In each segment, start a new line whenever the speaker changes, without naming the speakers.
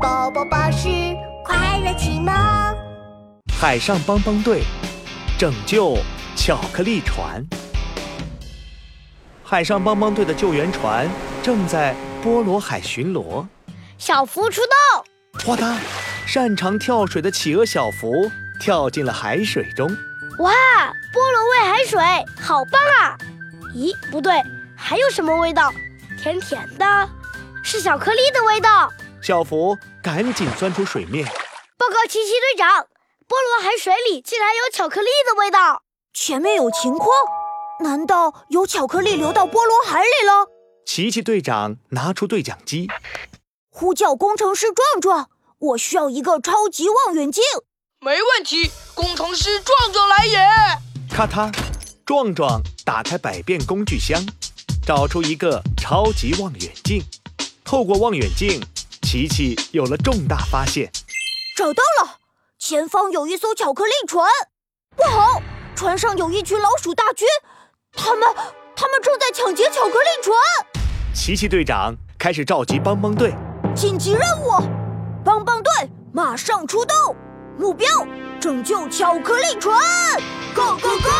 宝宝巴士快乐启蒙。
海上帮帮队拯救巧克力船。海上帮帮队的救援船正在波罗海巡逻。
小福出动，
哗嗒，擅长跳水的企鹅小福跳进了海水中。
哇，菠萝味海水，好棒啊！咦，不对，还有什么味道？甜甜的，是巧克力的味道。
小福赶紧钻出水面。
报告奇奇队长，菠萝海水里竟然有巧克力的味道。
前面有情况，难道有巧克力流到菠萝海里了？
奇奇队长拿出对讲机，
呼叫工程师壮壮，我需要一个超级望远镜。
没问题，工程师壮壮来也。
咔嗒，壮壮打开百变工具箱，找出一个超级望远镜。透过望远镜，琪琪有了重大发现。
找到了，前方有一艘巧克力船。不好，船上有一群老鼠大军，他们他们正在抢劫巧克力船。
琪琪队长开始召集帮帮队。
紧急任务，帮帮队马上出动，目标拯救巧克力船，Go Go Go！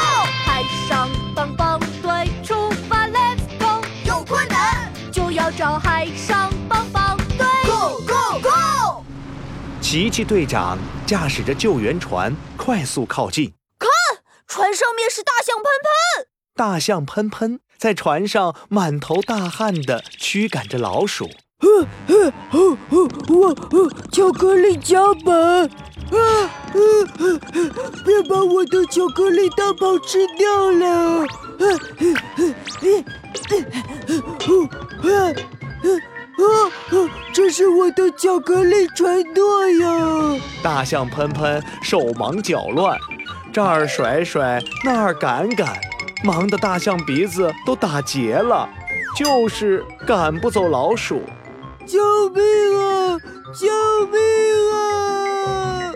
海上帮帮队出发，Let's go！
有困难
就要找海上帮帮队。
，Go Go Go！
琪琪队长驾驶着救援船快速靠近。
船上面是大象喷喷，
大象喷喷在船上满头大汗地驱赶着老鼠。
巧克力胶板，啊啊啊！别把我的巧克力大炮吃掉了！啊啊啊！这是我的巧克力船舵呀！
大象喷喷手忙脚乱，这儿甩甩，那儿赶赶，忙得大象鼻子都打结了，就是赶不走老鼠。
救命啊！救命啊！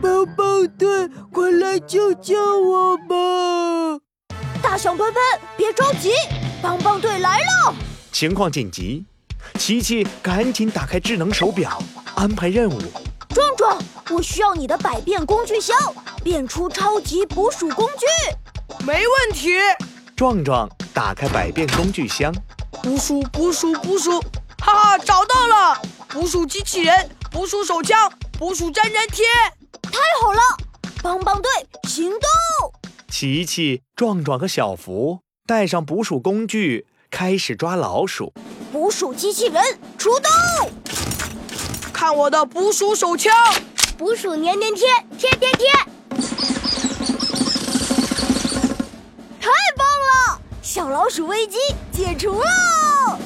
帮帮队，快来救救我吧！大象喷喷，别着急，帮帮队来了！
情况紧急，琪琪赶紧打开智能手表，安排任务。
壮壮，我需要你的百变工具箱，变出超级捕鼠工具。
没问题，
壮壮打开百变工具箱，
捕鼠捕鼠捕鼠，哈哈，找到了！捕鼠机器人，捕鼠手枪，捕鼠粘粘贴。
哎太好了，帮帮队行动！
琪琪、壮壮和小福带上捕鼠工具，开始抓老鼠。
捕鼠机器人出动！
看我的捕鼠手枪，
捕鼠粘粘贴，贴贴贴。
太棒了，小老鼠危机解除喽！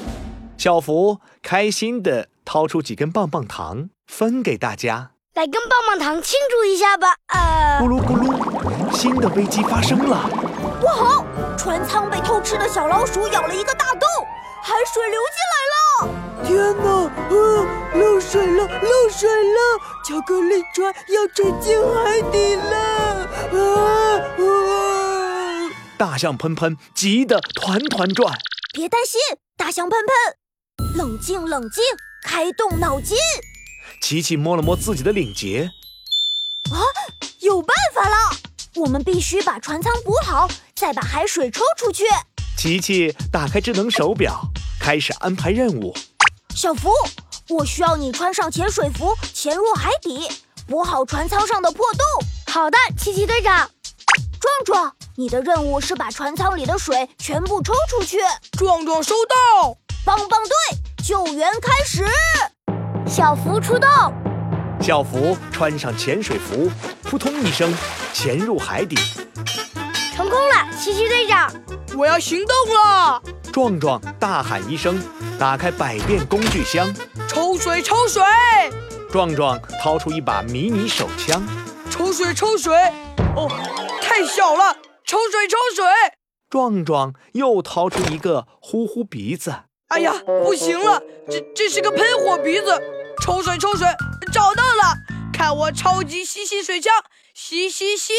小福开心地掏出几根棒棒糖，分给大家。
来根棒棒糖庆祝一下吧。呃，
咕噜咕噜，新的危机发生了。
不好，船舱被偷吃的小老鼠咬了一个大洞，海水流进来了！天哪，呃，
嗯
漏水了，漏水了！巧克力船要沉进海底了！啊啊！
大象喷喷急得团团转。
别担心，大象喷喷，冷静冷静，开动脑筋，
琪琪摸了摸自己的领结，
有办法了！我们必须把船舱补好，再把海水抽出去。
琪琪打开智能手表，开始安排任务。
小福，我需要你穿上潜水服，潜入海底，补好船舱上的破洞。
好的，奇奇队长。
壮壮，你的任务是把船舱里的水全部抽出去。
壮壮收到。
帮帮队，救援开始！
小福出动，
小福穿上潜水服，扑通一声潜入海底。
成功了，奇奇队长。
我要行动了！
壮壮大喊一声，打开百变工具箱。
抽水，抽水，
壮壮掏出一把迷你手枪，
抽水，抽水！哦，太小了！抽水，抽水！
壮壮又掏出一个呼呼鼻子。
哎呀，不行了，这这是个喷火鼻子！抽水，抽水，找到了！看我超级吸吸水枪，吸吸吸！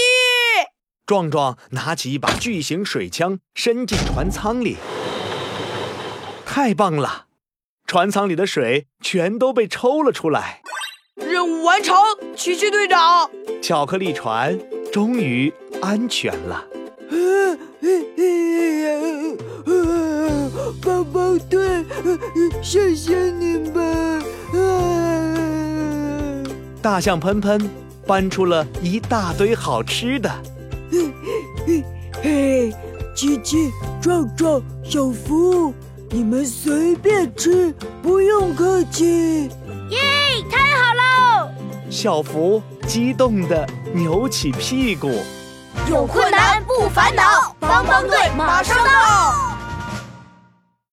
壮壮拿起一把巨型水枪，伸进船舱里。太棒了！船舱里的水全都被抽了出来。
任务完成，奇奇队长。
巧克力船终于安全了。
啊宝宝啊队，谢谢你们！啊，
大象喷喷搬出了一大堆好吃的。
嘿，琪琪、壮壮、小福，你们随便吃，不用客气。
嘿，太好喽！
小福激动地扭起屁股。
有困难不烦恼，帮帮队马上到。